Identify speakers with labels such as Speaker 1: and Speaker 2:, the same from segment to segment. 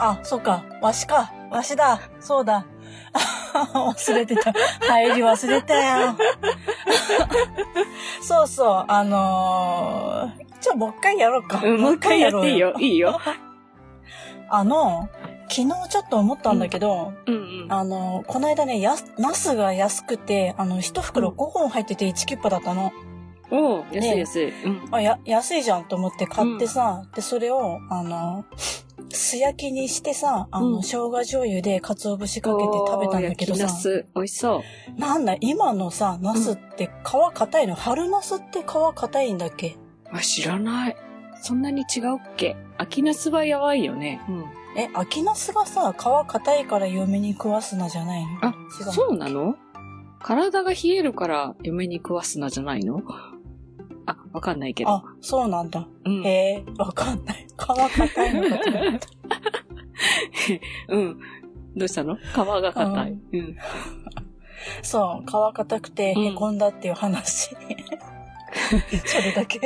Speaker 1: あ、そうか。わしか。わしだ。そうだ。 忘れてた。入り忘れたよ。 そうそう。あのー、ちょ、もう一回やろうか。
Speaker 2: うんもう一回やっていいよ。いいよ。
Speaker 1: あの、昨日ちょっと思ったんだけど、
Speaker 2: うんうん。
Speaker 1: あの、この間ね、やす、ナスが安くて、あの、一袋5本入ってて1キュッパだったの。
Speaker 2: おう安い安い。うん。
Speaker 1: あ、や、安いじゃんと思って買ってさ、で、それを、あの、素焼きにしてさ、あの、
Speaker 2: うん
Speaker 1: 生姜醤油で鰹節かけて食べたんだけど
Speaker 2: おー焼き
Speaker 1: さ、
Speaker 2: ナス、美味しそう。
Speaker 1: なんだ、今のさ、ナスって皮硬いの、春ナスって皮硬いんだっけ
Speaker 2: あ、知らない。そんなに違うっけ秋ナスはやばいよね。う
Speaker 1: え、秋ナスがさ、皮硬いから嫁に食わすなじゃないの
Speaker 2: あ
Speaker 1: 違
Speaker 2: ん。
Speaker 1: う。
Speaker 2: そうなの体が冷えるから嫁に食わすなじゃないのあ、わかんないけど。
Speaker 1: あ、そうなんだ。
Speaker 2: うん。
Speaker 1: へえ、わかんない。皮硬いのか と思った。
Speaker 2: うん。どうしたの皮が硬い。うん。
Speaker 1: そう、皮硬くて
Speaker 2: うん
Speaker 1: へこんだっていう 話。それだ け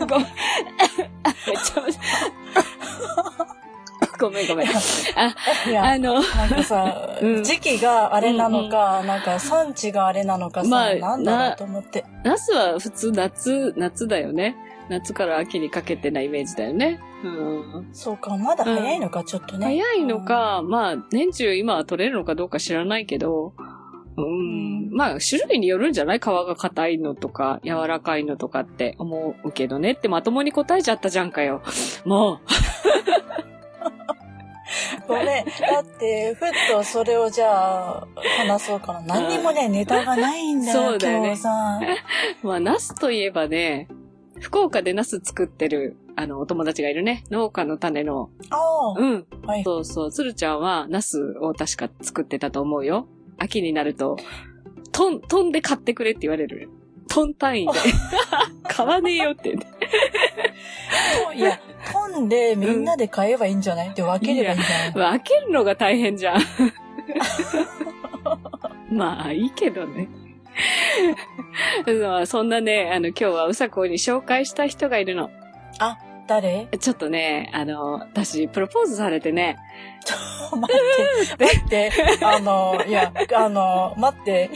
Speaker 2: ごめん。めっちゃ ごめんごめん。
Speaker 1: いや、
Speaker 2: あの、
Speaker 1: なんかさ、
Speaker 2: うん
Speaker 1: 時期があれなのか、なんか産地があれなのかさ、
Speaker 2: まあ
Speaker 1: なんだろうと思って。
Speaker 2: ナスは普通夏、夏だよね。夏から秋にかけてなイメージだよね。うん。
Speaker 1: そうか、まだ早いのか、ちょっとね。
Speaker 2: 早いのか、まあ、年中今は取れるのかどうか知らないけど、うん、まあ、種類によるんじゃない皮が硬いのとか、柔らかいのとかって思うけどねってまともに答えちゃったじゃんかよ。 も
Speaker 1: うん。ごめん。だって、ふっとそれをじゃあ、話そうかな。何にもね、ネタがないんだよ、
Speaker 2: そうだよね
Speaker 1: 今日さ。
Speaker 2: う、まあ、ナスといえばね、福岡でナス作ってる、あの、お友達がいるね。農家の種の、
Speaker 1: ああ、
Speaker 2: うん、
Speaker 1: はい。
Speaker 2: そうそう、つるちゃんはナスを確か作ってたと思うよ。秋になると、トン、トンで買ってくれって言われる。トン単位で。買わねえよって、ね。
Speaker 1: いや、飛んでみんなで買えばいいんじゃないって分ければいいんじゃない
Speaker 2: 開けるのが大変じゃん。まあ、いいけどね。まあそんなね、あの、今日はうさこに紹介した人がいるの。
Speaker 1: 誰
Speaker 2: ちょっとね、あの、私、プロポーズされてね、
Speaker 1: 待って、待って、あの、いや、あの、待 って、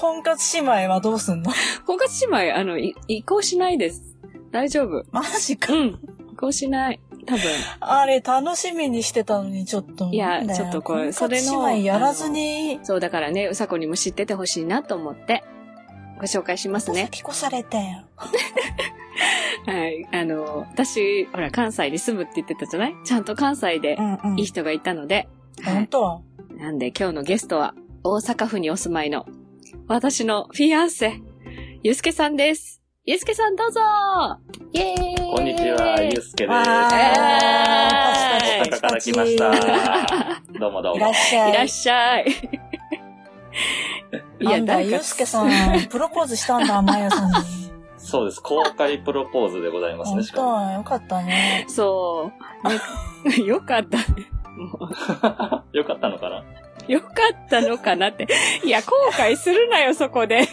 Speaker 1: 婚活姉妹はどうすんの
Speaker 2: 婚活姉妹、あの、い移行しないです。大丈夫。
Speaker 1: マジか
Speaker 2: う。ん。こうしない。多分。
Speaker 1: あれ、楽しみにしてたのに、ちょっと。
Speaker 2: いや
Speaker 1: なんだよ
Speaker 2: ちょっとこれ
Speaker 1: 婚活
Speaker 2: それの
Speaker 1: 姉妹やらずに、
Speaker 2: そう、だからね、うさこにも知っててほしいなと思って、ご紹介しま すね。
Speaker 1: 先越されたよ。
Speaker 2: はい。あの、私、ほら、関西に住むって言ってたじゃないちゃんと関西で
Speaker 1: うんうん
Speaker 2: いい。人がいたので、は
Speaker 1: 本
Speaker 2: い。
Speaker 1: 当
Speaker 2: なんで今日のゲストは、大阪府にお住まいの、私のフィアンセ、ゆうすけさんです。ゆうすけさんどうぞイェーイ
Speaker 3: こんにちは、ゆうすけです。
Speaker 1: わ
Speaker 2: え
Speaker 1: ー
Speaker 2: ー
Speaker 3: 大阪から来
Speaker 1: パ
Speaker 3: まし。
Speaker 1: チパチパ
Speaker 3: た。どうもど
Speaker 1: チい
Speaker 3: う
Speaker 1: ら
Speaker 3: も
Speaker 1: っ。しゃい。
Speaker 2: いらっしゃい。い
Speaker 1: なんだ、
Speaker 2: 誰
Speaker 1: ゆ
Speaker 2: か
Speaker 1: うすけさん、プロポーズしたんだ、まや さんに。
Speaker 3: そうです。公開プロポーズでございます
Speaker 1: 本
Speaker 3: ね、しかも。
Speaker 1: 当よかったね。
Speaker 2: そう。ね よかったね。も
Speaker 3: よかったのかな
Speaker 2: うよかったのかなって。いや、後悔するなよ、そこで。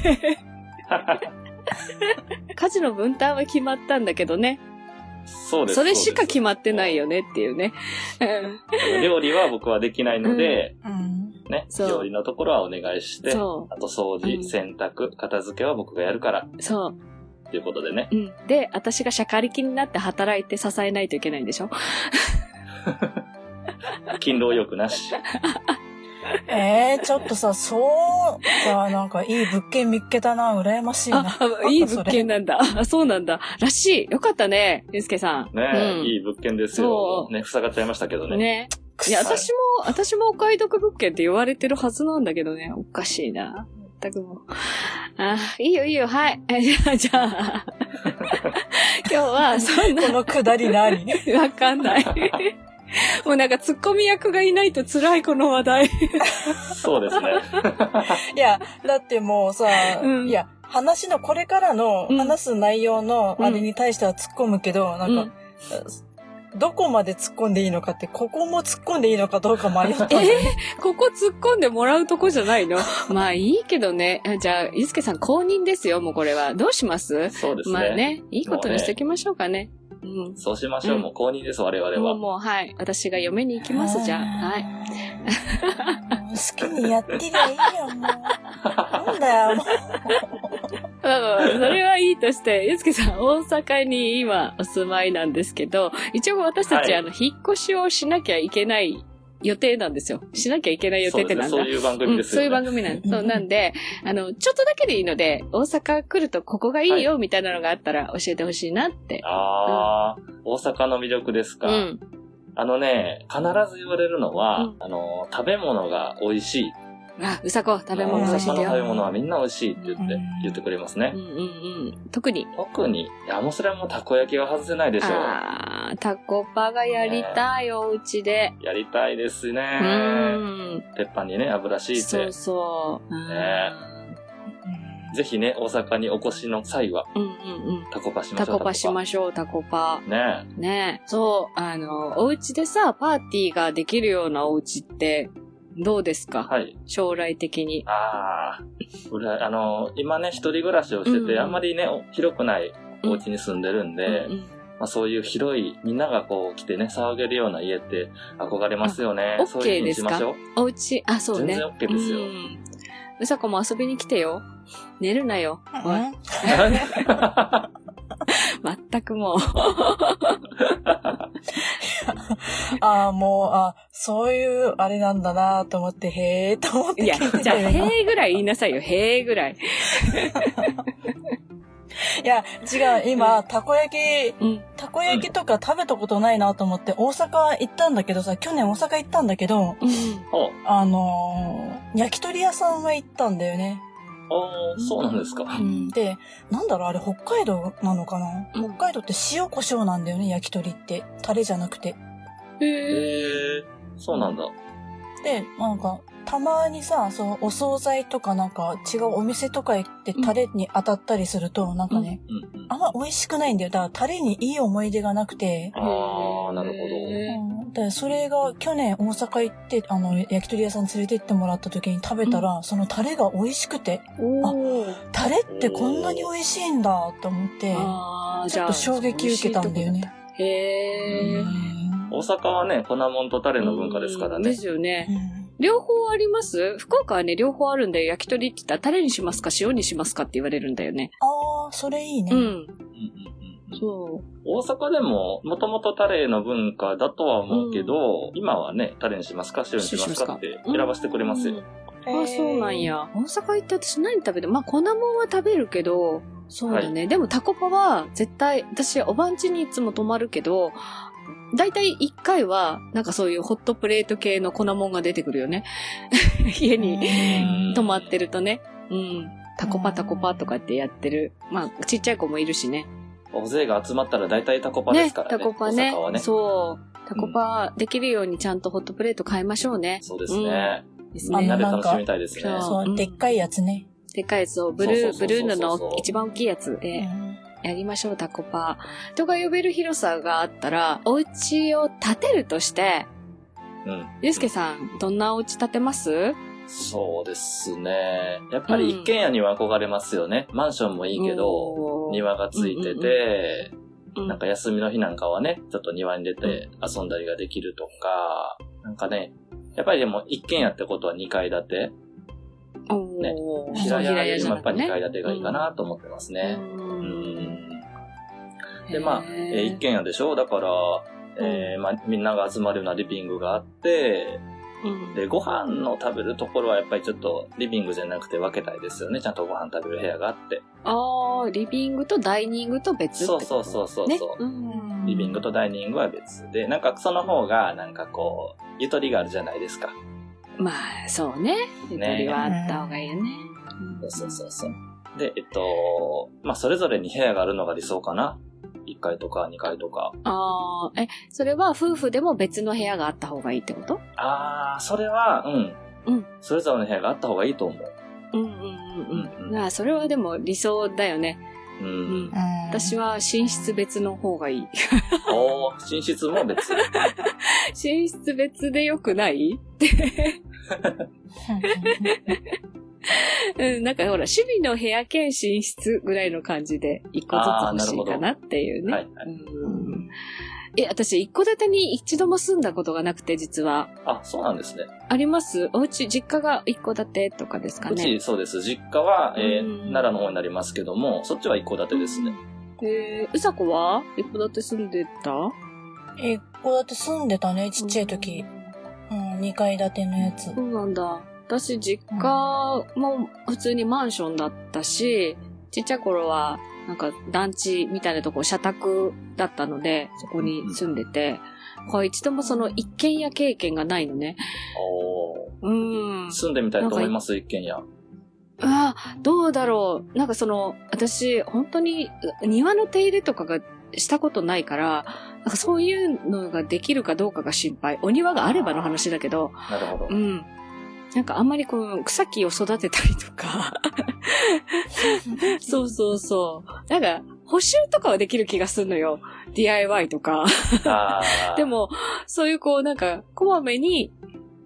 Speaker 2: 家事の分担は決まったんだけどね。
Speaker 3: そうです。
Speaker 2: それしか
Speaker 3: そうで
Speaker 2: 決まってないよねっていうね。うん
Speaker 3: す料理は僕はできないので、
Speaker 1: うん。
Speaker 3: ね、
Speaker 2: そう
Speaker 3: 料理のところはお願いして、あ
Speaker 2: そ
Speaker 3: と掃
Speaker 2: う
Speaker 3: 除、
Speaker 2: ん
Speaker 3: 洗濯、片付けは僕がやるから、
Speaker 2: う。そう。
Speaker 3: ということでね。
Speaker 2: うん。で、私がシャカリキになって働いて支えないといけないんでしょ
Speaker 3: 勤労欲なし。
Speaker 1: えー、ちょっとさ、そう、さ、なんかいい物件見っけたな、羨ましいな
Speaker 2: あ。、あいい物件なんだ。あ、そうなんだ。らしい。よかったね、ゆうすけさん。
Speaker 3: ね、
Speaker 2: うん
Speaker 3: いい物件です
Speaker 2: そ
Speaker 3: よ。
Speaker 2: う
Speaker 3: ね、塞がっちゃいましたけどね。
Speaker 2: ね。いや、私も、私もお買い得物件って言われてるはずなんだけどね。おかしいな。全くもう。あーいいよいいよ、はい。 えじゃあ、じゃあ、今日 は、そんな
Speaker 1: こ、のくだり何
Speaker 2: わかんない。もうなんか、ツッコミ役がいないと辛い、この話題。
Speaker 3: そうですね。
Speaker 1: いや、だってもうさ、
Speaker 2: うん
Speaker 1: いや、話のこれからの
Speaker 2: うん
Speaker 1: 話す内容のあれに対しては突っ込むけど、なんか、どこまで突っ込んでいいのかって、ここも突っ込んでいいのかどうか迷ったんだよね。
Speaker 2: ここ突っ込んでもらうとこじゃ ないのまあいいけどね。あじゃあ、伊助さん公認ですよ、もうこれは。どうします
Speaker 3: そうですね。
Speaker 2: まあね、いいことにしておきましょうかね。うん。
Speaker 3: そうしましょう。
Speaker 2: うん
Speaker 3: もう公認です、我々
Speaker 2: もう
Speaker 3: は。
Speaker 2: もう、はい。私が嫁に行きます、じゃあ。はい。
Speaker 1: い。もう好きにやってりゃいいよ、もう。なんだよ、も
Speaker 2: まあまあまあそれはいいとして、ゆうすけさん、大阪に今お住まいなんですけど、一応私たち、
Speaker 3: はい
Speaker 2: あの、引っ越しをしなきゃいけない予定なんですよ。しなきゃいけない予
Speaker 3: そ
Speaker 2: 定
Speaker 3: う
Speaker 2: っ
Speaker 3: で
Speaker 2: て
Speaker 3: す
Speaker 2: なん
Speaker 3: ね。そ
Speaker 2: だ
Speaker 3: ういう番
Speaker 2: う
Speaker 3: 組で
Speaker 2: ん、
Speaker 3: す
Speaker 2: そうい
Speaker 3: よ
Speaker 2: う
Speaker 3: ね。
Speaker 2: 番組なん
Speaker 1: うん
Speaker 2: そうなんで、あの、ちょっとだけでいいので、大阪来るとここがいいよみたいなのがあったら教えてほしいなって。
Speaker 3: ああ、大阪の魅力ですか。
Speaker 2: うん。
Speaker 3: あのね、必ず言われるのは、
Speaker 2: うん
Speaker 3: あの、食べ物が美味しい。
Speaker 2: あ、うさこ、食べ物
Speaker 3: 大
Speaker 2: 教え
Speaker 3: 阪
Speaker 2: て
Speaker 3: の食べ
Speaker 2: よ。
Speaker 3: 物はみんな美味しいって言って、
Speaker 1: うん
Speaker 3: 言ってくれますね
Speaker 2: うん。うんうん。特に。
Speaker 3: 特に、いや、もうそれはもうたこ焼きは外せないでしょう。
Speaker 2: あー、タコパがやりたい、おうちで。
Speaker 3: やりたいです
Speaker 2: う
Speaker 3: ね。
Speaker 2: ん。
Speaker 3: 鉄板にね、油敷い
Speaker 2: そ
Speaker 3: て
Speaker 2: う。そう。うん
Speaker 3: ね
Speaker 1: う。
Speaker 3: ぜひね、大阪にお越しの際は、
Speaker 2: うんうんうん。
Speaker 3: タコパしま
Speaker 2: タ
Speaker 3: しょう。
Speaker 2: コパしましょう、タコパ。
Speaker 3: ね
Speaker 2: ねえそう、あの、お家でさ、パーティーができるようなお家って、どうですか、
Speaker 3: はい。
Speaker 2: 将来的に。
Speaker 3: ああ、俺、あの、今ね、一人暮らしをして
Speaker 2: うんう
Speaker 3: て、
Speaker 2: ん
Speaker 3: あんまりね、お広くないお家に住んでるんで、
Speaker 2: うんうん
Speaker 3: まあ、そういう広い、みんながこう来てね、騒げるような家って憧れますよね
Speaker 2: あ。
Speaker 3: そういう
Speaker 2: OK
Speaker 3: 風にしましょう。
Speaker 2: お家、あ、そうね。
Speaker 3: 全然 OK ですよ
Speaker 2: うん。うさこも遊びに来てよ。寝るなよ。おい
Speaker 1: ん
Speaker 2: 全く もう。
Speaker 1: ああ、もう、あそういう、あれなんだなと思って、へえ、と思って
Speaker 2: いや、
Speaker 1: 聞いて
Speaker 2: じゃあ、
Speaker 1: たよ今
Speaker 2: へえぐらい言いなさいよ。へえぐらい。
Speaker 1: いや、違う、今、たこ焼き、
Speaker 2: うん。
Speaker 1: たこ焼きとか食べたことないなと思って、大阪行ったんだけどさ、去年大阪行ったんだけど、
Speaker 2: うん。
Speaker 3: お
Speaker 1: あのー焼き鳥屋さんは行ったんだよね。
Speaker 3: おそうなんですか。
Speaker 2: うん。
Speaker 1: で、なんだろう、あれ北海道なのかな、
Speaker 2: うん
Speaker 1: 北海道って塩胡椒なんだよね、焼き鳥って。タレじゃなくて。
Speaker 3: へ
Speaker 2: へえ。
Speaker 3: え、そうなんだ。
Speaker 1: で、なんか、たまにさ、そのお惣菜とかなんか違うお店とか行ってタレに当たったりすると、なんかね、
Speaker 3: うんうん。
Speaker 1: あんま美味しくないんだよ。だからタレにいい思い出がなくて。
Speaker 3: ああ、なるほど。
Speaker 2: へ
Speaker 1: で、それが去年大阪行って、あの、焼き鳥屋さん連れてってもらった時に食べたら、そのタレが美味しくて、
Speaker 2: ーおー。
Speaker 1: タレってこんなに美味しいんだと思って、
Speaker 2: あー
Speaker 1: ちょっと衝撃受けたんだよ。
Speaker 2: じゃ
Speaker 1: ね。
Speaker 2: あへ
Speaker 1: う
Speaker 2: え。
Speaker 1: ん
Speaker 3: 大阪はね、粉もんとタレの文化ですから
Speaker 2: うんで
Speaker 3: ね。
Speaker 2: すよね。両方あります福岡はね、両方あるんで、焼き鳥って言ったら、タレにしますか、塩にしますかって言われるんだよね。
Speaker 1: ああ、それいいね。
Speaker 2: うん。
Speaker 3: うんうんうん
Speaker 2: そ
Speaker 3: 大阪でも、もともとタレの文化だとは思うけど、今はね、タレにしますか塩にしますかって
Speaker 2: う。
Speaker 3: 選ばせてくれますよ。。
Speaker 2: あ、そうなんや。大阪行って私何食べてまあ、粉もんは食べるけど、そうだね。でもタコパは絶対、私、おばんちにいつも泊まるけど、だいたい一回は、なんかそういうホットプレート系の粉もんが出てくるよね。 家に
Speaker 1: うん
Speaker 2: 泊まってるとね。うん。タコパタコパとかってやってる。まあ、ちっちゃい子もいるしね。
Speaker 3: 大勢が集まったら大体タコパで
Speaker 2: ね、
Speaker 3: すからね。
Speaker 2: タコパ
Speaker 3: 大
Speaker 2: ね
Speaker 3: 阪はね。そ
Speaker 2: そう。タコパできるようにちゃんとホットプレート買いましょうね。
Speaker 3: うですね。
Speaker 2: です
Speaker 1: うん
Speaker 3: みんな
Speaker 2: ね
Speaker 3: で。楽しみたいですね。
Speaker 2: あ
Speaker 1: そうう、
Speaker 2: ん
Speaker 1: でっかいやつね。
Speaker 2: でかいやつを、ブルー、
Speaker 3: そ
Speaker 2: ブ
Speaker 3: うそう
Speaker 2: ル
Speaker 3: そうそう
Speaker 2: ーのの一番大きいやつ
Speaker 1: う
Speaker 2: で
Speaker 1: ん
Speaker 2: やりましょう、タコパ。人が呼べる広さがあったら、お家を建てるとして、
Speaker 3: うん。
Speaker 2: ゆうすけさん、どんなお家建てます
Speaker 3: そうですね。やっぱり一軒家には憧れますよね。マンションもいいけど、
Speaker 2: おー
Speaker 3: 庭がついてて、
Speaker 2: うん
Speaker 3: なんか休みの日なんかはね、ちょっと庭に出て遊んだりができるとか、なんかね、やっぱりでも一軒家ってことは2階建て。
Speaker 2: おー
Speaker 3: ね
Speaker 2: そう
Speaker 3: 平屋よりもやっぱ
Speaker 2: く
Speaker 3: 2階建てがいいかなと思ってますね。
Speaker 2: う
Speaker 3: うんん。で、まあ、えー
Speaker 2: へー
Speaker 3: 一軒家でしょだから、えーまあ、みんなが集まるようなリビングがあって、
Speaker 2: うん
Speaker 3: で、ご飯の食べるところはやっぱりちょっとリビングじゃなくて分けたいですよね。ちゃんとご飯食べる部屋があって。
Speaker 2: ああ、リビングとダイニングと別ってこ
Speaker 3: そう
Speaker 2: と
Speaker 3: そうそうそうそう。
Speaker 2: ね。うん。
Speaker 3: リビングとダイニングは別で、なんかその方が、なんかこう、ゆとりがあるじゃないですか。
Speaker 2: まあ、そうね。ゆとりはあった方がいいよね。
Speaker 3: そうそうそうそう。で、えっと、まあ、それぞれに部屋があるのが理想かな。1階とか2階とか。
Speaker 2: ああ、え、それは夫婦でも別の部屋があった方がいいってこと
Speaker 3: あー、それは、うん。
Speaker 2: うん
Speaker 3: それぞれの部屋があった方がいいと思う。
Speaker 2: うんうん
Speaker 3: うんうん
Speaker 2: まあ、それはでも理想だよね。
Speaker 3: う
Speaker 2: うんん。私は寝室別の方がい い。
Speaker 3: おー寝室も別。
Speaker 2: 寝室別で良くない
Speaker 1: うん
Speaker 2: うん、なんかほら、趣味の部屋兼寝室ぐらいの感じで、一個ずつ欲しいかなっていう ね。
Speaker 3: はいはい。
Speaker 2: うんえ、私、一戸建てに一度も住んだことがなくて、実は。
Speaker 3: あ、そうなんですね。
Speaker 2: ありますお家、実家が一戸建てとかですか
Speaker 3: う
Speaker 2: ね。
Speaker 3: ち、そうです。実家は、えー
Speaker 2: うん
Speaker 3: 奈良の方になりますけども、そっちは一戸建てですね。
Speaker 2: えー、うさこは一戸建て住んでた
Speaker 1: うんえ、こうやって住んでたね、ちっちゃい時。。うん、2階建てのやつ。
Speaker 2: そうなんだ。私、実家も普通にマンションだったし、ちっちゃい頃は、なんか団地みたいなとこ、社宅だったので、そこに住んでて、こう一度もその一軒家経験がないのね。
Speaker 3: おー
Speaker 2: うん。
Speaker 3: 住んでみたいと思います、一軒家。
Speaker 2: ああ、どうだろう。なんかその、私、本当にう庭の手入れとかがしたことないから、なんかそういうのができるかどうかが心配。お庭があればの話だけど、
Speaker 3: なるほど
Speaker 2: う。ん。なんかあんまりこう、草木を育てたりとか、そうそうそう。なんか、補修とかはできる気がするのよ。DIY とか。
Speaker 3: あ ー
Speaker 2: で、も、そういうこう、なんか、こまめに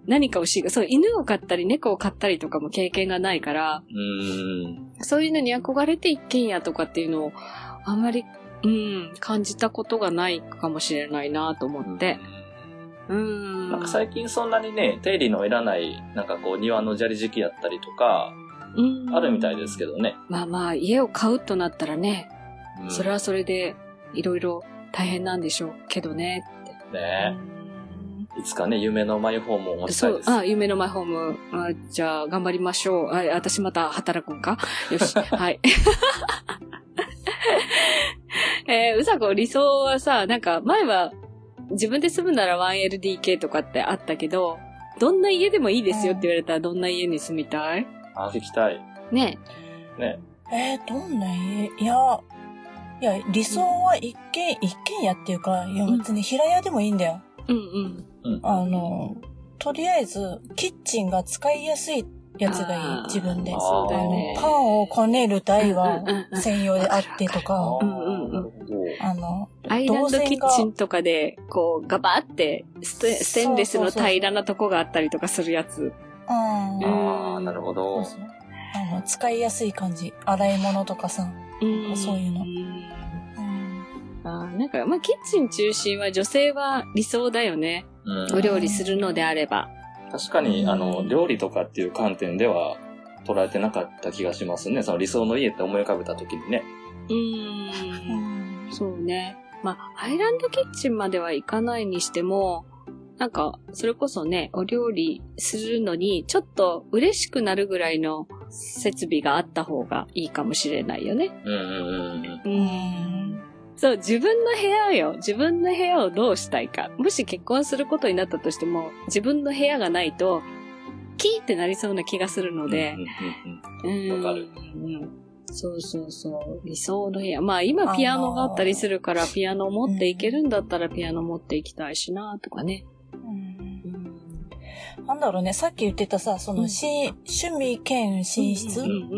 Speaker 2: 何かをし、そう、犬を飼ったり猫を飼ったりとかも経験がないから、
Speaker 3: うーん。
Speaker 2: そういうのに憧れて一軒家とかっていうのを、あんまり、うん、感じたことがないかもしれないなと思って。うん。
Speaker 3: なんか最近そんなにね、手入れのいらない、なんかこう庭の砂利時期やったりとか、
Speaker 2: うん
Speaker 3: あるみたいですけどね。
Speaker 2: まあまあ、家を買うとなったらね、
Speaker 3: うん
Speaker 2: それはそれで、いろいろ大変なんでしょうけどね。
Speaker 3: ねいつかね、夢のマイホームを持ち
Speaker 2: そ
Speaker 3: たいうで、す。
Speaker 2: あ、夢のマイホーム。あじゃあ、頑張りましょう。あ、私また働くんかよ し。はい。 えーうさこ、理想はさ、なんか、前は、自分で住むなら 1LDK とかってあったけど、どんな家でもいいですよって言われたら、どんな家に住みたい
Speaker 3: あ、行きたい。
Speaker 2: ね
Speaker 3: ね。
Speaker 1: えー、どんな家いや、いや、理想は一軒、一軒家っていうか、いや
Speaker 2: うん
Speaker 1: 別に平屋でもいいんだよ。
Speaker 2: うんうん。
Speaker 3: うん。
Speaker 1: あの、とりあえず、キッチンが使いやすいやつがい
Speaker 2: あ
Speaker 1: い
Speaker 2: ー、
Speaker 1: 自分で。
Speaker 3: あ
Speaker 2: そうだよね。
Speaker 1: パンをこねる台
Speaker 2: う
Speaker 1: は
Speaker 2: んうんうん
Speaker 1: 専用であってと
Speaker 3: あ
Speaker 1: か
Speaker 3: ー、
Speaker 2: うんうんうん
Speaker 3: なるほど。
Speaker 1: あの、
Speaker 2: アイランドキッチンとかで、こう、ガバってステ、ステンレスの平らなとこがあったりとかするやつ。
Speaker 1: うん。
Speaker 2: うん
Speaker 3: ああ、なるほど。
Speaker 1: あの、使いやすい感じ。洗い物とかさ。
Speaker 2: うん
Speaker 1: そういうの
Speaker 2: ん
Speaker 1: うん。
Speaker 2: あーなんか、まあ、キッチン中心は女性は理想だよね。
Speaker 3: うん、
Speaker 2: お料理するのであれば。
Speaker 3: 確かに、あの、料理とかっていう観点では捉えてなかった気がしますね。その理想の家って思い浮かべた時にね。
Speaker 2: う。
Speaker 1: うんん。
Speaker 2: そうね。まあ、アイランドキッチンまではいかないにしても、なんか、それこそね、お料理するのに、ちょっと嬉しくなるぐらいの設備があった方がいいかもしれないよね。
Speaker 3: うんうんうんうん。
Speaker 2: う
Speaker 1: う。ん。
Speaker 2: そう、自分の部屋よ。自分の部屋をどうしたいか。もし結婚することになったとしても、自分の部屋がないと、キーってなりそうな気がするので
Speaker 3: うん。うん
Speaker 2: うん。
Speaker 3: わかる
Speaker 2: うん。そうそうそう。理想の部屋。まあ今ピアノがあったりするから、ピアノ持っていけるんだったらピアノ持っていきたいしな、とかね。
Speaker 1: うん
Speaker 2: うん。
Speaker 1: なんだろうね、さっき言ってたさ、そ
Speaker 2: うん
Speaker 1: の、し、趣味兼寝室、
Speaker 2: うんうん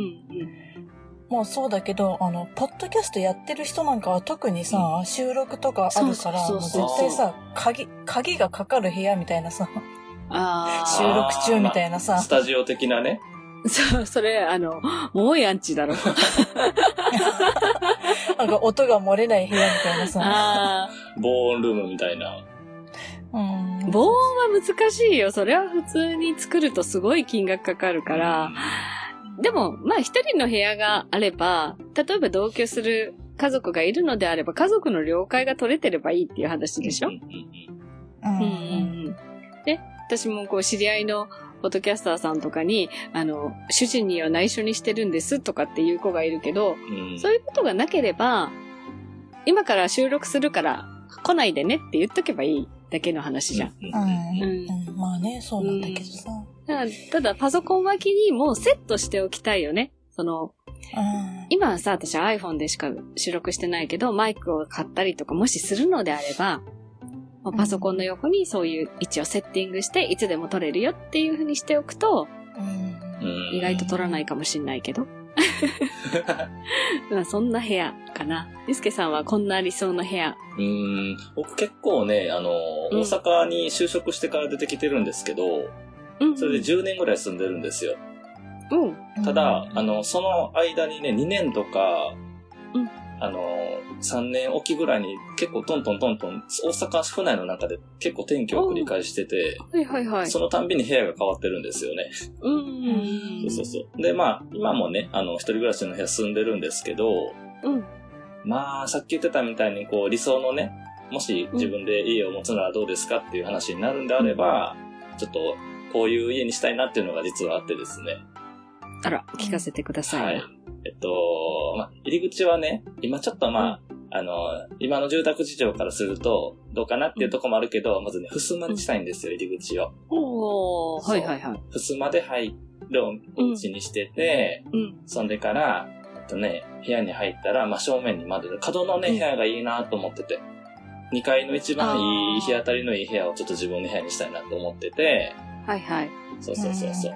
Speaker 1: もうそうだけど、あの、ポッドキャストやってる人なんかは特にさ、収録とかあるから、
Speaker 2: そうそうそう
Speaker 1: もう絶対さ、鍵、鍵がかかる部屋みたいなさ、
Speaker 2: うん。あ
Speaker 1: 収
Speaker 2: あ。
Speaker 1: 録中みたいな
Speaker 3: うん
Speaker 1: さ
Speaker 3: ス、タジオ的なね。
Speaker 2: そう、それ、あの、もうやんち だろ。
Speaker 1: なんか音が漏れない部屋みたいなさ、
Speaker 2: ああ。
Speaker 3: 防音ルームみたいな。
Speaker 1: うん。
Speaker 2: 防音は難しいよ。それは普通に作るとすごい金額かかるから。でも、まあ一人の部屋があれば、例えば同居する家族がいるのであれば、家族の了解が取れてればいいっていう話でしょ
Speaker 3: うんうんう
Speaker 1: う
Speaker 3: ん
Speaker 2: うんんうんうん。で、私もこう知り合いのポッドキャスターさんとかに、あの、主人には内緒にしてるんですとかっていう子がいるけど、
Speaker 3: うん
Speaker 2: そういうことがなければ、今から収録するから来ないでねって言っとけばいいだけの話じゃん。
Speaker 1: う
Speaker 3: うん
Speaker 1: ん。
Speaker 2: うん
Speaker 1: うんまあね、そうなんだけどさ。
Speaker 2: ただただ、パソコン脇にもうセットしておきたいよね。その、
Speaker 1: うん。
Speaker 2: 今はさ、私 iPhone でしか収録してないけど、マイクを買ったりとかもしするのであれば、まあパソコンの横にそういう位置をセッティングして、いつでも撮れるよっていう風にしておくと、
Speaker 1: うん
Speaker 3: うん
Speaker 2: 意外と撮らないかもしんないけど。まあ、そんな部屋かな。ゆうすけさんはこんな理想の部屋。
Speaker 3: うーん、僕結構ね、あの、
Speaker 2: うん
Speaker 3: 大阪に就職してから出てきてるんですけど、
Speaker 2: うん。
Speaker 3: それで10年ぐらい住んでるんですよ。
Speaker 2: うん。
Speaker 3: ただ、あの、その間にね、2年とか、
Speaker 2: うん
Speaker 3: あの、3年おきぐらいに結構トントントントン、大阪府内の中で結構転居を繰り返してて、
Speaker 2: はいはいはい。
Speaker 3: そのたんびに部屋が変わってるんですよね。
Speaker 2: う
Speaker 1: ん
Speaker 2: ん
Speaker 3: そうそうそう。で、まあ、今もね、あの、一人暮らしの部屋住んでるんですけど、
Speaker 2: うん
Speaker 3: まあ、さっき言ってたみたいに、こう、理想のね、もし自分で家を持つならどうですかっていう話になるんであれば、ちょっと、こういう家にしたいなっていうのが実はあってですね。
Speaker 2: あら、聞かせてくださ。
Speaker 3: はいい。えっと、まあ、入り口はね、今ちょっとまあ、あの、今の住宅事情からすると、どうかなっていうとこもあるけど、まずね、襖にしたいんですよ、入り口を。
Speaker 2: おおはいはいはい。
Speaker 3: 襖で入るお家にしてて、
Speaker 2: うん。
Speaker 3: そんでから、えっとね、部屋に入ったら、まあ、正面に窓で、角のね、
Speaker 2: うん
Speaker 3: 部屋がいいなと思ってて、2階の一番いい、
Speaker 2: あー
Speaker 3: 日当たりのいい部屋をちょっと自分の部屋にしたいなと思ってて、
Speaker 2: はいはい。
Speaker 3: そうそうそうそう。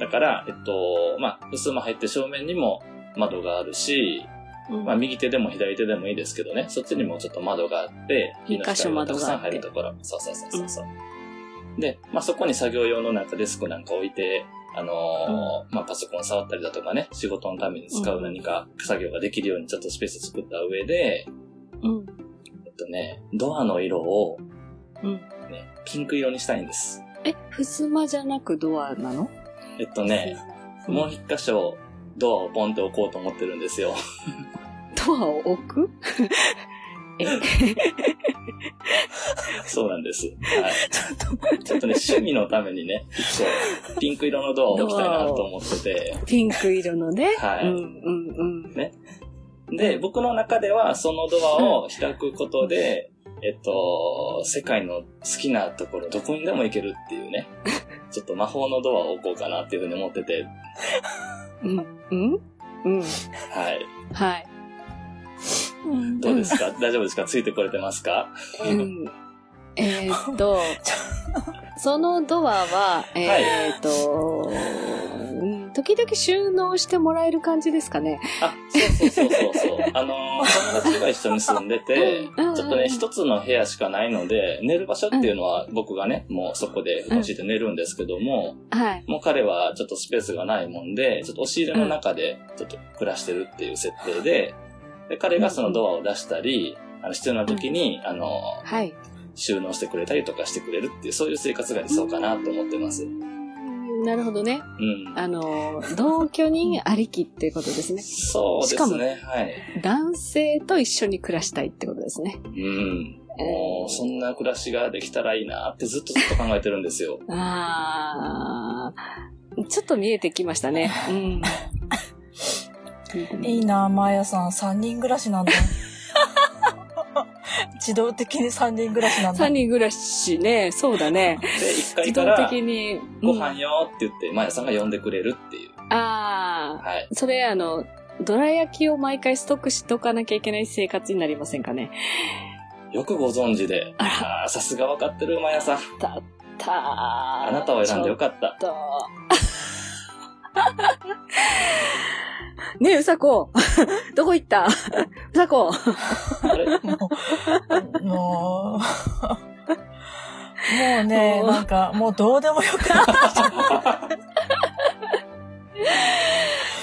Speaker 3: だから、えっと、まあ、襖入って正面にも窓があるし、
Speaker 2: うん
Speaker 3: まあ、右手でも左手でもいいですけどね、そっちにもちょっと窓があって、
Speaker 2: 二箇所窓
Speaker 3: たく
Speaker 2: が
Speaker 3: さ
Speaker 2: あ
Speaker 3: ん
Speaker 2: って
Speaker 3: 入るところ。そうそうそうそうそう。で、まあ、そこに作業用のなんかデスクなんか置いて、あのーまあ、パソコン触ったりだとかね、仕事のために使う何か作業ができるようにちょっとスペース作った上で、
Speaker 2: うん。
Speaker 3: えっとね、ドアの色を、
Speaker 2: うん
Speaker 3: ね、ピンク色にしたいんです。
Speaker 2: え、ふすまじゃなくドアなの
Speaker 3: えっとね、
Speaker 2: うん
Speaker 3: もう一箇所、ドアをポンって置こうと思ってるんですよ。
Speaker 2: ドアを置くえ、
Speaker 3: そうなんです。はい。
Speaker 1: ちょっ
Speaker 3: ちょっとね、趣味のためにね、一個、ピンク色のドアを置きたいなと思ってて、
Speaker 2: ピンク色のね。
Speaker 3: はい
Speaker 2: うんうんうん。
Speaker 3: ねで、僕の中では、そのドアを開くことで、えっと、世界の好きなところ、どこにでも行けるっていうね、ちょっと魔法のドアを置こうかなっていうふうに思ってて、
Speaker 2: うんうんうん。
Speaker 3: はい。
Speaker 2: はい。
Speaker 1: とうん
Speaker 3: どうですか大丈夫ですかついてこれてますか
Speaker 2: うんえーっ と、そのドアは、えーっと、うん時々収納してもらえる感じですかね。
Speaker 3: あ、そうそうそうそうそう。あのー、友達が一緒に住んでて、ち
Speaker 2: うんうんうん
Speaker 3: ょっとね、一つの部屋しかないので、寝る場所っていうのは僕がね、もうそこで教えて寝るんですけども、
Speaker 2: はい。
Speaker 3: もう彼はちょっとスペースがないもんで、ちょっと押し入れの中でちょっと暮らしてるっていう設定で、で彼がそのドアを出したり、あの必要な時に、あの、
Speaker 2: はい。
Speaker 3: 収納してくれたりとかしてくれるっていう、そういう生活が理想かなと思ってます。
Speaker 2: う
Speaker 3: うん。
Speaker 2: んなるほどね。あの、同居人ありきっていうことですね。
Speaker 3: そうで
Speaker 2: しか
Speaker 3: す
Speaker 2: も
Speaker 3: ね、はい。
Speaker 2: 男性と一緒に暮らしたいってことですね。
Speaker 3: うん。もう、そんな暮らしができたらいいなってずっとずっと考えてるんですよ。
Speaker 2: あーちょっと見えてきましたね。うん。
Speaker 1: いいなマーヤさん3人暮らし なんだ自動的に3人暮らしなんだ
Speaker 2: 三人暮らしね、そうだね。
Speaker 3: で、1階
Speaker 2: 自
Speaker 3: か
Speaker 2: 動
Speaker 3: ら、
Speaker 2: 的に。
Speaker 3: ご飯よって言って、マヤさんが呼んでくれるっていう。
Speaker 2: うんああ、
Speaker 3: はい。
Speaker 2: それあの、どら焼きを毎回ストックしとかなきゃいけない生活になりませんかね。
Speaker 3: よくご存知で。
Speaker 2: あら、
Speaker 3: ああ、さすが分かってる、マヤさん。
Speaker 2: だったー。あ
Speaker 3: あなたを選んでよかった。
Speaker 2: と。ねえ、うさこ。どこ行ったうさこ。
Speaker 3: あれ
Speaker 1: もうもうもうね
Speaker 2: もう
Speaker 1: なんかもうどうでもよくなってきちゃっ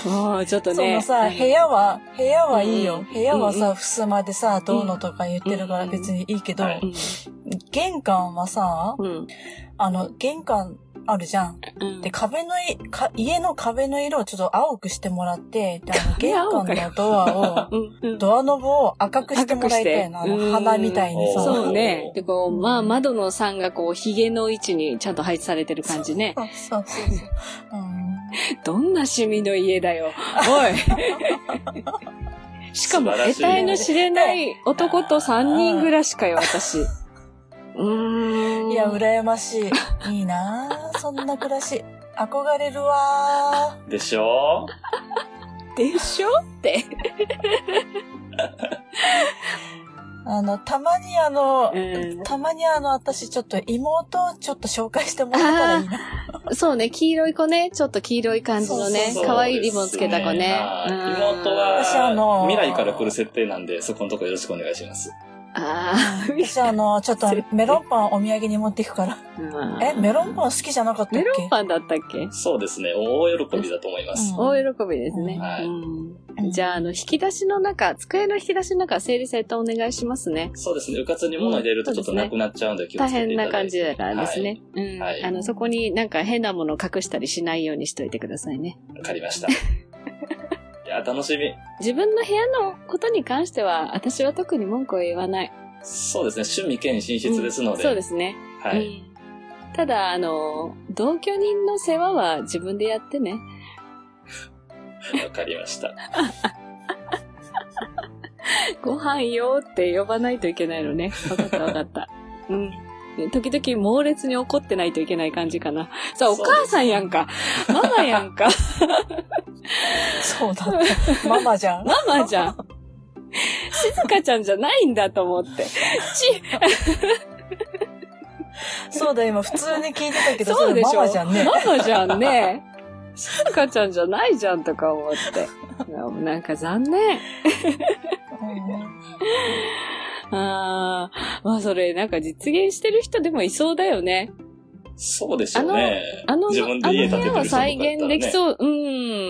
Speaker 2: もう、ちょったと
Speaker 1: そ
Speaker 2: ね。
Speaker 1: のさ部屋は部屋はいいよ、
Speaker 2: うん
Speaker 1: 部屋は
Speaker 2: うん
Speaker 1: さ襖でさどうのとか言ってるから
Speaker 2: うん
Speaker 1: 別にいいけど、
Speaker 3: はい
Speaker 1: 玄関はさ
Speaker 2: うん。うん。
Speaker 1: あの玄関あるじゃん
Speaker 2: うん
Speaker 1: で、壁のいか、家の壁の色をちょっと青くしてもらって、で、あの、
Speaker 2: 壁
Speaker 1: 玄
Speaker 2: 青
Speaker 1: 関
Speaker 2: かよ
Speaker 1: のドアを、
Speaker 2: うんうん
Speaker 1: ドアノブを赤くしてもらいたいな、あ
Speaker 2: 赤くして
Speaker 1: の、花みたいに
Speaker 3: うん
Speaker 1: さ。
Speaker 2: そうね。で、こう、まあ、
Speaker 1: うん
Speaker 2: 窓の3がこう、髭の位置にちゃんと配置されてる感じね。
Speaker 1: そうそうそうそう。うん。
Speaker 2: どんな趣味の家だよ。おい。 しかも、
Speaker 3: 素晴ら
Speaker 2: 得
Speaker 3: しい
Speaker 2: 体の知れない男と3人暮らしかよ、私。うーん。
Speaker 1: いや、羨ましい。いいなぁ、 そんな暮らし。憧れるわ
Speaker 3: でしょ
Speaker 2: でしょって。
Speaker 1: ーあの、たまにあの
Speaker 2: う、ん
Speaker 1: たまにあの、私ちょっと妹をちょっと紹介してもらったらいいな。
Speaker 2: そうね、黄色い子ね、ちょっと黄色い感じ
Speaker 1: そ
Speaker 2: のね
Speaker 1: うそうそう、
Speaker 2: 可愛いリボンつけた子ね。
Speaker 3: はい
Speaker 2: うん
Speaker 3: 妹
Speaker 1: 私あ
Speaker 3: は
Speaker 1: の、ー
Speaker 3: 未来から来る設定なんで、そこのとこよろしくお願いします。
Speaker 2: あー
Speaker 1: 私あの、 ちょっとメロンパンお土産に持っていくから。
Speaker 2: うん
Speaker 1: え、メロンパン好きじゃなかったっ
Speaker 2: メ
Speaker 1: け
Speaker 2: ロンパンだったっけ
Speaker 3: そうですね。大喜びだと思います。
Speaker 1: うん
Speaker 2: 大喜びですね。
Speaker 3: はい
Speaker 2: うんじゃあ、あの、引き出しの中、机の引き出しの中、整理整頓お願いしますね。
Speaker 3: そうですね。うかつに物入れるとちょっとなくなっちゃうんで気を
Speaker 2: 大
Speaker 3: つけて
Speaker 2: 変
Speaker 3: い
Speaker 2: な
Speaker 3: ただ
Speaker 2: い
Speaker 3: て。
Speaker 2: 感じだからですね。うん、
Speaker 3: はい
Speaker 2: あの、そこになんか変なものを隠したりしないようにしといてくださいね。
Speaker 3: はい。わかりました。いや、楽しみ。
Speaker 2: 自分の部屋のことに関しては、私は特に文句を言わない。
Speaker 3: そうですね。趣味兼寝室ですの
Speaker 2: うん
Speaker 3: で。
Speaker 2: そうですね。
Speaker 3: は
Speaker 2: うん
Speaker 3: い。
Speaker 2: ただ、あの、同居人の世話は自分でやってね。
Speaker 3: わかりました。
Speaker 2: ご飯よって呼ばないといけないのね。わかったわかった。うん。時々猛烈に怒ってないといけない感じかな。さあ、お
Speaker 3: そうです
Speaker 2: 母さんやんか。ママやんか。
Speaker 1: そうだ った。ママじゃん。
Speaker 2: ママじゃん。静香ちゃんじゃないんだと思って。ち、
Speaker 1: そうだ、今普通に聞いてたけど、
Speaker 2: そうでしょ
Speaker 1: れママじゃんね。
Speaker 2: ママじゃんね。静香ちゃんじゃないじゃんとか思って。ななんか残念。
Speaker 1: うん
Speaker 2: あーまあそれなんか実現してる人でもいそうだよね。
Speaker 3: そうでしょうね。
Speaker 2: あの、
Speaker 3: 自分で家建てて
Speaker 2: あの部屋
Speaker 3: る
Speaker 2: は
Speaker 3: 人とか
Speaker 2: 再
Speaker 3: いたらね
Speaker 2: 現できそう。う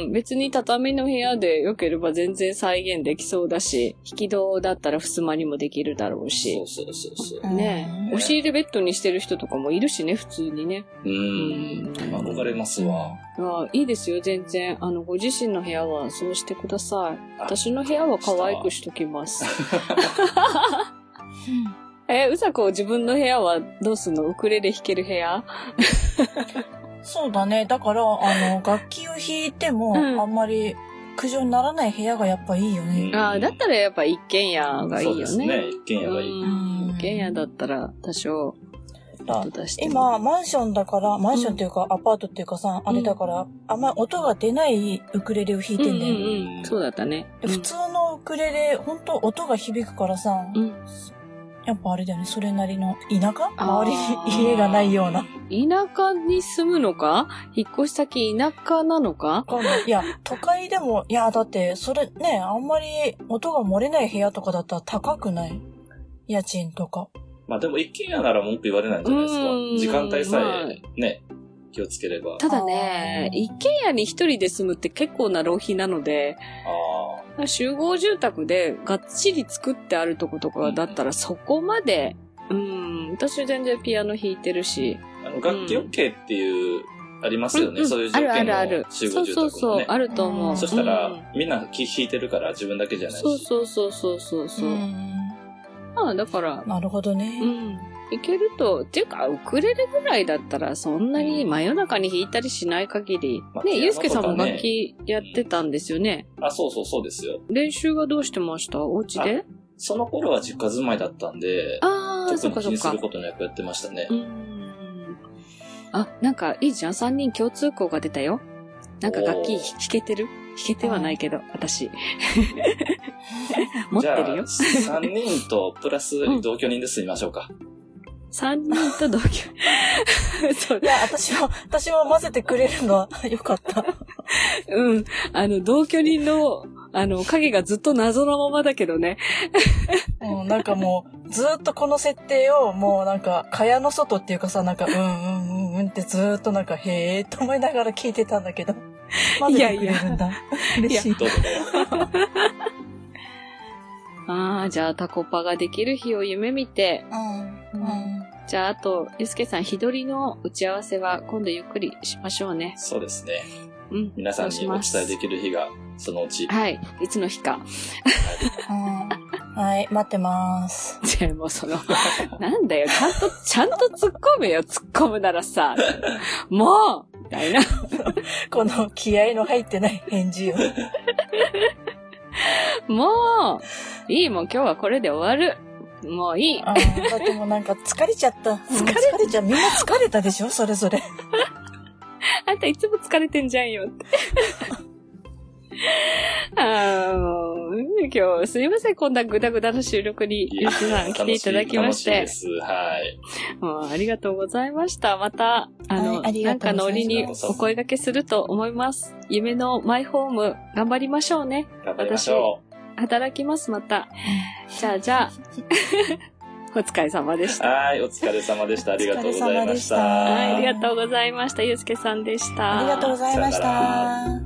Speaker 2: ん。別に畳の部屋で良ければ全然再現できそうだし、引き戸だったら襖にもできるだろう
Speaker 3: そ
Speaker 2: し
Speaker 3: う。そうそうそう。
Speaker 2: ね
Speaker 3: うん
Speaker 2: 押し入れベッドにしてる人とかもいるしね、普通にね。
Speaker 3: うーん。憧れますわ。
Speaker 2: あいいですよ、全然。あの、ご自身の部屋はそうしてください。
Speaker 3: あ
Speaker 2: 私の部屋は可愛くしときます。え、うさこ、自分の部屋はどうすんのウクレレ弾ける部屋
Speaker 1: そうだね。だから、あの、楽器を弾いても、
Speaker 2: うん
Speaker 1: あんまり苦情にならない部屋がやっぱいいよね。
Speaker 2: ああ、だったらやっぱ一軒家がいいよ
Speaker 3: そう
Speaker 2: ね。
Speaker 3: ですね。一軒家がいい。
Speaker 2: うん一軒家だったら多少音出しても
Speaker 1: 今、マンションだから、マンションっていうか、アパートっていうかさ、あれだから、あんまり音が出ないウクレレを弾いてんだよ。
Speaker 2: うんうんうん、そうだったね。
Speaker 1: で普通のウクレレ、ほんと音が響くからさ、
Speaker 2: うん
Speaker 1: やっぱあれだよね、それなりの田舎
Speaker 2: あー
Speaker 1: 周り に家がないような。
Speaker 2: 田舎に住むのか引っ越し先田舎なのか
Speaker 1: わかんないいや、都会でも、いや、だって、それね、あんまり音が漏れない部屋とかだったら高くない家賃とか。
Speaker 3: まあでも一軒家なら文句言われないんじゃないですか
Speaker 2: うーん。
Speaker 3: 時間帯さ
Speaker 2: ま
Speaker 3: えね、気をつければ。あ
Speaker 2: ただね、
Speaker 1: あー
Speaker 2: 一軒家に一人で住むって結構な浪費なので、
Speaker 3: あ
Speaker 2: 集合住宅でがっちり作ってあるとことかだったらそこまで、うん、私全然ピアノ弾いてるし、
Speaker 3: ー。あの楽器 OK っていう、ありますよ
Speaker 2: ん
Speaker 3: ね。
Speaker 2: ん
Speaker 3: そういう条
Speaker 2: あ
Speaker 3: 件
Speaker 2: る
Speaker 3: の
Speaker 2: あるある。
Speaker 3: 集
Speaker 2: そ
Speaker 3: 合
Speaker 2: う
Speaker 3: 住
Speaker 2: そう
Speaker 3: 宅
Speaker 2: そ
Speaker 3: も
Speaker 2: う
Speaker 3: ね、。
Speaker 2: あると思う。
Speaker 3: そした
Speaker 2: う
Speaker 3: ら
Speaker 2: ん、
Speaker 3: みんな気引いてるから自分だけじゃない
Speaker 2: そう
Speaker 3: し。
Speaker 2: そうそうそうそうそう。
Speaker 1: ん
Speaker 2: まあだから、
Speaker 1: なるほどね。
Speaker 2: うん。いけると、っていうか、ウクレレぐらいだったら、そんなに真夜中に弾いたりしない限り、
Speaker 3: まあ
Speaker 2: ね、
Speaker 3: ピアノとかね
Speaker 2: ゆうすけさんも楽器やってたんですよね。
Speaker 3: あ、そうそうそうですよ。
Speaker 2: 練習はどうしてましたお家で
Speaker 3: その頃は実家住まいだったんで、
Speaker 2: ああー、
Speaker 3: 特
Speaker 2: そっ
Speaker 3: に
Speaker 2: か
Speaker 3: 気
Speaker 2: そっ
Speaker 3: にす
Speaker 2: か
Speaker 3: る。ことなくやってましたね
Speaker 2: う。ん。あ、なんか、いいじゃん。三人共通項が出たよ。なんか楽器
Speaker 3: お
Speaker 2: 弾
Speaker 3: ー
Speaker 2: けてる弾けてはないけど、 私。持っ
Speaker 3: じゃあ
Speaker 2: てるよ。
Speaker 3: 3人とプラス同居人で住みましょうか。
Speaker 2: 三人と同居。 そう
Speaker 1: いや、私も、私も混ぜてくれるのはよかった。
Speaker 2: うん。あの、同居人の、あの、影がずっと謎のままだけどね。
Speaker 1: うん、なんかもう、ずーっとこの設定を、もうなんか、蚊帳の外っていうかさ、なんか、うんうんうんうんってずーっとなんか、へえーと思いながら聞いてたんだ けど。混ぜてくれるんだ。嬉しい。
Speaker 3: どうぞどうぞ。
Speaker 2: ああ、じゃあタコパができる日を夢見て。
Speaker 1: うんうん
Speaker 2: じゃああと、ゆうすけさん、日取りの打ち合わせは今度ゆっくりしましょうね。
Speaker 3: そうですね。
Speaker 2: うん。
Speaker 3: 皆さん
Speaker 2: そうし
Speaker 3: にお
Speaker 2: ます
Speaker 3: 伝えできる日が、その うち。
Speaker 2: はい。いつの日か。
Speaker 1: うんはい、待ってます。
Speaker 2: じゃあもうその、なんだよ、ちゃんと、ちゃんと突っ込めよ、突っ込むならさ。もうみたいな。
Speaker 1: この気合の入ってない返事を。
Speaker 2: もういい、もう今日はこれで終わる。もういい。
Speaker 1: あーだってもうなんか疲れちゃった。疲れ疲れちゃう。みんな疲れたでしょそれぞれ。
Speaker 2: あんたいつも疲れてんじゃんよって。 あー今日、すいません、こんなぐだぐだの収録に、
Speaker 3: いえ
Speaker 2: ゆうきさん来ていただきまし
Speaker 3: 楽
Speaker 2: て
Speaker 3: いで。す。はい。
Speaker 2: もうありがとうございました。また、あ
Speaker 1: は
Speaker 2: の、
Speaker 1: いありが
Speaker 2: なん
Speaker 1: とう
Speaker 2: か
Speaker 1: ご
Speaker 2: の
Speaker 1: ざいます
Speaker 2: 折にお声掛けすると思います。夢のマイホーム、頑張りましょうね。
Speaker 3: 頑張りましょう。
Speaker 2: 働きます、ま た。じゃあ、じゃあ、 お疲れ様でした。
Speaker 3: はい、お疲れ様でした。ありがとうございまし
Speaker 1: お疲
Speaker 3: た。
Speaker 1: れ様でした
Speaker 2: はい、ありがとうございました。ゆうすけさんでした。
Speaker 1: ありがとうございまし
Speaker 3: さよな
Speaker 1: た。